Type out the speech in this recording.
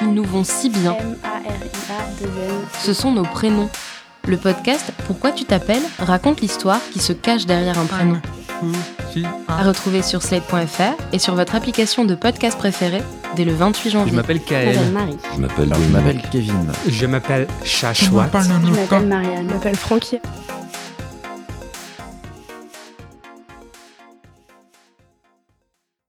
ils nous vont si bien. Ce sont nos prénoms. Le podcast Pourquoi tu t'appelles raconte l'histoire qui se cache derrière un prénom. À retrouver sur slate.fr et sur votre application de podcast préférée dès le 28 Je janvier. m'appelle Je m'appelle Kael. Marie. Je m'appelle Alors, je m'appelle Kevin. Je m'appelle Shashwat. Je m'appelle Marianne. Je m'appelle Frankie.